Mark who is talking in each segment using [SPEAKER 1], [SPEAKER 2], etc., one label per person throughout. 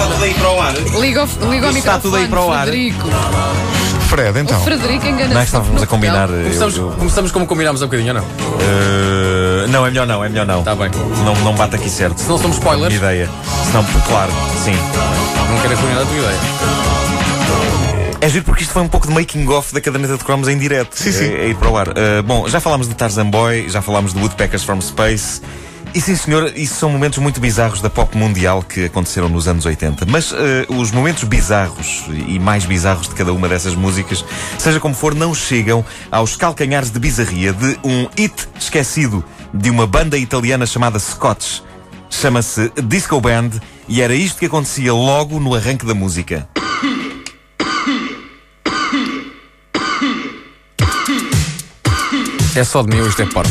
[SPEAKER 1] ar.
[SPEAKER 2] Liga o, liga o microfone,
[SPEAKER 1] Isso está tudo aí para o ar.
[SPEAKER 2] Frederico.
[SPEAKER 3] Fred,
[SPEAKER 2] O
[SPEAKER 3] então.
[SPEAKER 2] Frederico engana-se.
[SPEAKER 4] Não é que estávamos a
[SPEAKER 2] com
[SPEAKER 4] combinar.
[SPEAKER 2] Portugal.
[SPEAKER 4] eu-
[SPEAKER 1] Começamos,
[SPEAKER 4] eu-
[SPEAKER 1] começamos como combinámos há bocadinho, ou não?
[SPEAKER 4] Eh, não, é melhor não, é melhor não.
[SPEAKER 1] Tá bem.
[SPEAKER 4] Não, não bate aqui certo.
[SPEAKER 1] Se não somos spoilers.
[SPEAKER 4] Minha ideia. Se não, claro, sim.
[SPEAKER 1] Não quero arruinar a tua ideia.
[SPEAKER 4] É giro porque isto foi um pouco de making-off da caderneta de cromos em direto. Sim, sim. É, é ir para o ar. Eh, bom, já falámos de Tarzan Boy, já falámos de Woodpeckers from Space. E sim, senhor, isso são momentos muito bizarros da pop mundial que aconteceram nos anos 80. Mas eh, os momentos bizarros e mais bizarros de cada uma dessas músicas, seja como for, não chegam aos calcanhares de bizarria de um hit esquecido de uma banda italiana chamada Scotch. Chama-se Disco Band e era isto que acontecia logo no arranque da música.
[SPEAKER 1] É só de mim, isto é porco.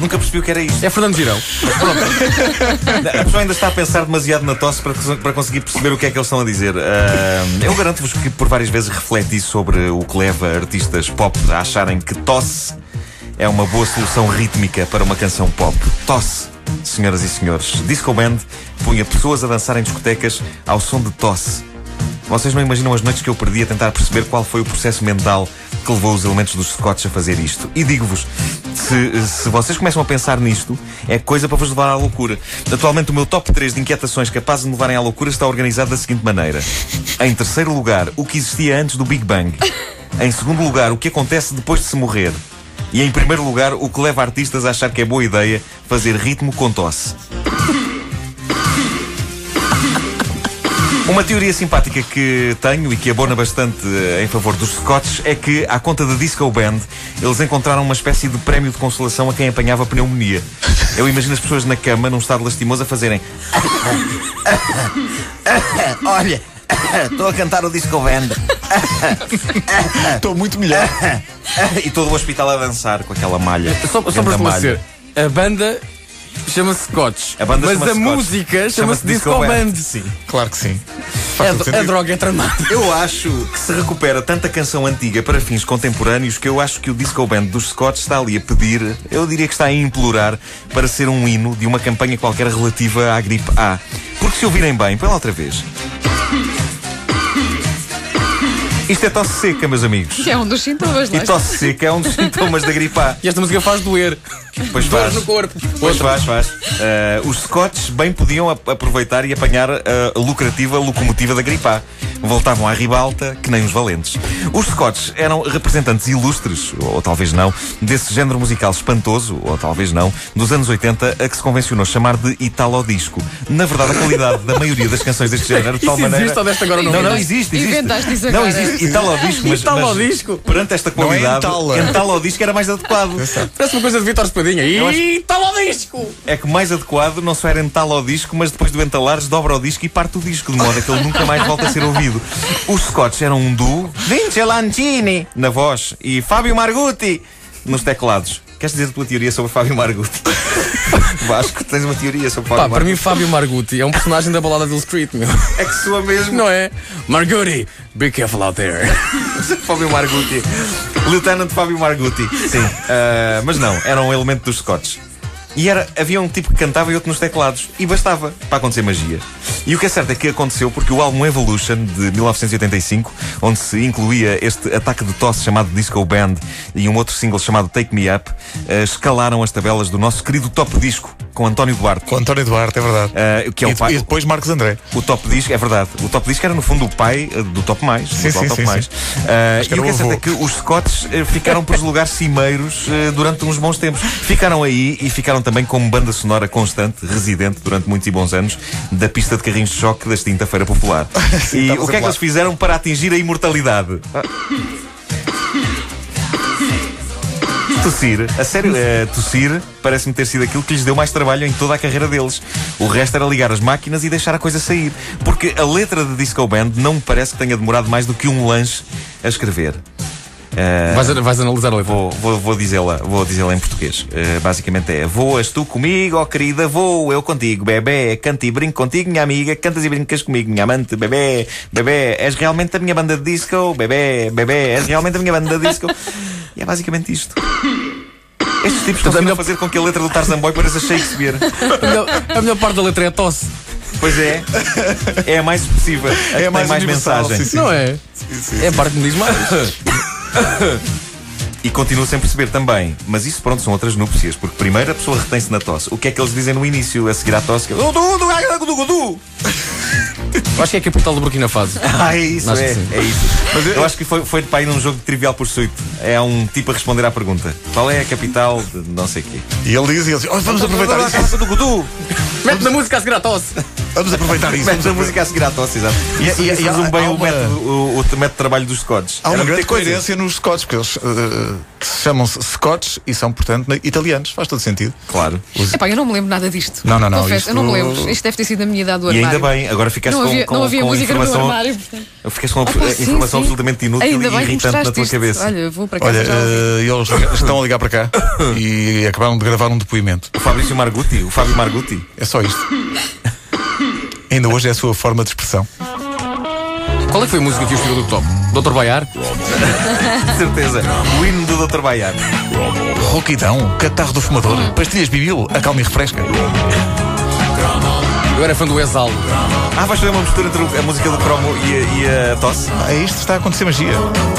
[SPEAKER 4] Nunca percebi o que era isto.
[SPEAKER 1] É Fernando Girão.
[SPEAKER 4] A pessoa ainda está a pensar demasiado na tosse para, para conseguir perceber o que é que eles estão a dizer. Ah, eu garanto-vos que por várias vezes refleti sobre o que leva artistas pop a acharem que tosse é uma boa solução rítmica para uma canção pop. Tosse, senhoras e senhores. Disco Band punha pessoas a dançar em discotecas ao som de tosse. Vocês não imaginam as noites que eu perdi a tentar perceber qual foi o processo mental que levou os elementos dos Scots a fazer isto. E digo-vos, se, se vocês começam a pensar nisto, é coisa para vos levar à loucura. Atualmente, o meu top 3 de inquietações capazes de me levarem à loucura está organizado da seguinte maneira: em terceiro lugar, o que existia antes do Big Bang. Em segundo lugar, o que acontece depois de se morrer. E em primeiro lugar, o que leva artistas a achar que é boa ideia fazer ritmo com tosse. Uma teoria simpática que tenho e que abona bastante eh, em favor dos Scots é que, à conta da Disco Band, eles encontraram uma espécie de prémio de consolação a quem apanhava pneumonia. Eu imagino as pessoas na cama, num estado lastimoso, a fazerem. Olha, estou a cantar o Disco Band.
[SPEAKER 3] Estou muito melhor.
[SPEAKER 4] E todo o hospital a dançar com aquela malha.
[SPEAKER 1] É Só, só para
[SPEAKER 4] Ganda malha.
[SPEAKER 1] esclarecer, a banda chama-se Scotch.
[SPEAKER 4] A banda
[SPEAKER 1] mas
[SPEAKER 4] chama-se
[SPEAKER 1] a
[SPEAKER 4] Scotch.
[SPEAKER 1] música chama-se
[SPEAKER 4] Chama-se
[SPEAKER 1] Disco
[SPEAKER 4] Disco
[SPEAKER 1] Band.
[SPEAKER 4] Band.
[SPEAKER 1] Sim.
[SPEAKER 3] Claro que sim. Faz todo
[SPEAKER 1] A,
[SPEAKER 3] sentido.
[SPEAKER 1] droga é tramada.
[SPEAKER 4] Eu acho que se recupera tanta canção antiga para fins contemporâneos que eu acho que o Disco Band dos Scots está ali a pedir, eu diria que está a implorar, para ser um hino de uma campanha qualquer relativa à gripe A. Porque se ouvirem bem, põe lá outra vez. Isto é tosse seca, meus amigos.
[SPEAKER 2] Que é um dos sintomas,
[SPEAKER 4] E
[SPEAKER 2] não é?
[SPEAKER 4] tosse seca é um dos sintomas da gripe A.
[SPEAKER 1] E esta música faz doer.
[SPEAKER 4] Pois
[SPEAKER 1] Dores
[SPEAKER 4] faz.
[SPEAKER 1] no corpo.
[SPEAKER 4] Pois faz, faz. Ah, os Scots bem podiam ap- aproveitar e apanhar eh, a lucrativa locomotiva da gripá. Voltavam à ribalta, que nem os valentes. Os Scots eram representantes ilustres, ou, ou talvez não, desse género musical espantoso, ou talvez não, dos anos 80, a que se convencionou chamar de italodisco. Na verdade, a qualidade da maioria das canções deste género, de tal
[SPEAKER 1] Isso
[SPEAKER 4] maneira...
[SPEAKER 1] existe ou deste agora não?
[SPEAKER 4] Não, não,
[SPEAKER 2] Inventaste-
[SPEAKER 4] existe, existe.
[SPEAKER 2] inventaste isso
[SPEAKER 4] Não,
[SPEAKER 2] agora.
[SPEAKER 4] existe italodisco, mas... mas
[SPEAKER 1] Italodisco?
[SPEAKER 4] Perante esta
[SPEAKER 3] Não é
[SPEAKER 4] qualidade,
[SPEAKER 3] Itala.
[SPEAKER 4] italodisco era mais adequado.
[SPEAKER 1] Parece uma coisa de Vitor Espadinha.
[SPEAKER 4] Eu acho-
[SPEAKER 1] E está lá o disco!
[SPEAKER 4] é que mais adequado não só era ental ao disco, mas depois do entalares dobra o disco e parte o disco, de modo a que ele nunca mais volta a ser ouvido. Os Scots eram um duo, Vince Lancini na voz e Fábio Margutti nos teclados. Queres dizer a tua teoria sobre Fábio Margutti? Vasco, tens uma teoria sobre Fábio
[SPEAKER 1] Pá, para
[SPEAKER 4] Margutti?
[SPEAKER 1] mim, Fábio Margutti é um personagem da balada do Street, meu.
[SPEAKER 4] É que sua mesmo.
[SPEAKER 1] Não é? Margutti, be careful out there.
[SPEAKER 4] Fábio Margutti. Lieutenant Fábio Margutti. Sim. Ah, mas não, era um elemento dos Scots. E era, havia um tipo que cantava e outro nos teclados. E bastava para acontecer magia. E o que é certo é que aconteceu porque o álbum Evolution de 1985, onde se incluía este ataque de tosse chamado Disco Band e um outro single chamado Take Me Up, ah, escalaram as tabelas do nosso querido top disco com António Duarte.
[SPEAKER 3] Com António Duarte, é verdade.
[SPEAKER 4] Ah, que é
[SPEAKER 3] e,
[SPEAKER 4] o pai,
[SPEAKER 3] e depois Marcos André.
[SPEAKER 4] o top disco, é verdade. O top disco era no fundo o pai eh, do top mais.
[SPEAKER 3] Sim,
[SPEAKER 4] do atual
[SPEAKER 3] sim,
[SPEAKER 4] top
[SPEAKER 3] sim,
[SPEAKER 4] mais.
[SPEAKER 3] sim.
[SPEAKER 4] Ah,
[SPEAKER 3] Acho que
[SPEAKER 4] e
[SPEAKER 3] era
[SPEAKER 4] o que
[SPEAKER 3] o
[SPEAKER 4] é certo
[SPEAKER 3] avô.
[SPEAKER 4] é que os Scots eh, ficaram pelos lugares cimeiros eh, durante uns bons tempos. Ficaram aí e ficaram também como banda sonora constante, residente durante muitos e bons anos, da pista de carrinhos de choque da Feira Popular.
[SPEAKER 3] Sim,
[SPEAKER 4] e
[SPEAKER 3] estavas
[SPEAKER 4] o
[SPEAKER 3] a
[SPEAKER 4] que é que
[SPEAKER 3] falar.
[SPEAKER 4] eles fizeram para atingir a imortalidade? Ah. Tossir, a sério, eh, tossir parece-me ter sido aquilo que lhes deu mais trabalho em toda a carreira deles. O resto era ligar as máquinas e deixar a coisa sair. Porque a letra de Disco Band não me parece que tenha demorado mais do que um lanche a escrever. Eh,
[SPEAKER 1] Vais, vais analisar o letra.
[SPEAKER 4] vou, vou, vou dizê-la vou dizê-la em português. Eh, basicamente é: Voas tu comigo, ó querida, vou eu contigo, bebê. Canto e brinco contigo, minha amiga. Cantas e brincas comigo, minha amante, bebê. Bebê, és realmente a minha banda de disco, bebê. Bebê, és realmente a minha banda de disco. E é basicamente isto. Estes tipos
[SPEAKER 1] Portanto, a
[SPEAKER 4] conseguiram
[SPEAKER 1] minha-
[SPEAKER 4] fazer com que a letra do Tarzan Boy pareça Shakespeare.
[SPEAKER 1] A melhor, a melhor parte da letra é a tosse.
[SPEAKER 4] Pois é. É a mais expressiva. A que tem mais
[SPEAKER 3] universal,
[SPEAKER 4] mensagem.
[SPEAKER 3] sim, sim.
[SPEAKER 1] Não é? É a parte que me diz mais.
[SPEAKER 4] E continuo sem perceber também. Mas isso, pronto, são outras núpcias. Porque primeiro a pessoa retém-se na tosse. O que é que eles dizem no início, a seguir à tosse? Que é, "Gudu, gudu, gudu, gudu, gudu."
[SPEAKER 1] Eu Acho que é a capital do Burkina Faso.
[SPEAKER 4] Ah, é isso,
[SPEAKER 1] Acho que
[SPEAKER 4] é,
[SPEAKER 1] sim.
[SPEAKER 4] é isso. eu, acho que foi, foi para ir num jogo de trivial pursuit. É um tipo a responder à pergunta: qual é a capital de não sei quê?
[SPEAKER 3] E ele diz, e ele diz, "Oh, vamos aproveitar isso,
[SPEAKER 4] do Gudu.
[SPEAKER 1] Mete na música a seguir a tosse.
[SPEAKER 3] vamos aproveitar isso.
[SPEAKER 4] Metes
[SPEAKER 3] vamos
[SPEAKER 4] a
[SPEAKER 3] aproveitar."
[SPEAKER 4] música a seguir à tosse, exato.
[SPEAKER 3] E-
[SPEAKER 4] Isso,
[SPEAKER 3] e-
[SPEAKER 4] isso
[SPEAKER 3] e há-
[SPEAKER 4] resume bem
[SPEAKER 3] há
[SPEAKER 4] o,
[SPEAKER 3] uma-
[SPEAKER 4] método, o, o método de trabalho dos Scots.
[SPEAKER 3] Há uma
[SPEAKER 4] Era
[SPEAKER 3] grande
[SPEAKER 4] muita coisa.
[SPEAKER 3] coerência nos Scots, porque eles eh, que se chamam-se Scots e são, portanto, na- italianos. Faz todo sentido.
[SPEAKER 4] Claro.
[SPEAKER 2] Epá, eu não me lembro nada disto.
[SPEAKER 3] Não, não, não,
[SPEAKER 2] Confesso,
[SPEAKER 3] isto-
[SPEAKER 2] eu não me lembro. Isto deve ter sido da minha idade do
[SPEAKER 4] E
[SPEAKER 2] armário.
[SPEAKER 4] ainda bem, agora ficaste
[SPEAKER 2] Não
[SPEAKER 4] com,
[SPEAKER 2] havia,
[SPEAKER 4] com,
[SPEAKER 2] não havia
[SPEAKER 4] com
[SPEAKER 2] música no meu
[SPEAKER 4] informação.
[SPEAKER 2] armário.
[SPEAKER 4] Ficaste com
[SPEAKER 2] Ah, pá, sim,
[SPEAKER 4] informação
[SPEAKER 2] sim.
[SPEAKER 4] absolutamente inútil
[SPEAKER 2] Ainda
[SPEAKER 4] e
[SPEAKER 2] bem que
[SPEAKER 4] irritante na
[SPEAKER 2] mostraste
[SPEAKER 4] tua
[SPEAKER 2] isto.
[SPEAKER 4] cabeça.
[SPEAKER 2] Olha, vou para casa
[SPEAKER 3] Olha,
[SPEAKER 2] já ouvir.
[SPEAKER 3] eh, eles estão a ligar para cá e acabaram de gravar um depoimento.
[SPEAKER 4] O Fabrício Margutti, o Fábio Margutti.
[SPEAKER 3] É só isto. Ainda hoje é a sua forma de expressão.
[SPEAKER 1] Qual é que foi a música que os tirou do top? Dr. Baiar?
[SPEAKER 4] De certeza. O hino do Dr. Baiar.
[SPEAKER 3] Rouquidão, catarro do fumador, pastilhas bibil, acalma e refresca.
[SPEAKER 1] Eu era fã do Exalo.
[SPEAKER 4] Ah, vais fazer uma mistura entre a música do cromo e a, e a tosse?
[SPEAKER 3] Ah, é isto que está a acontecer magia.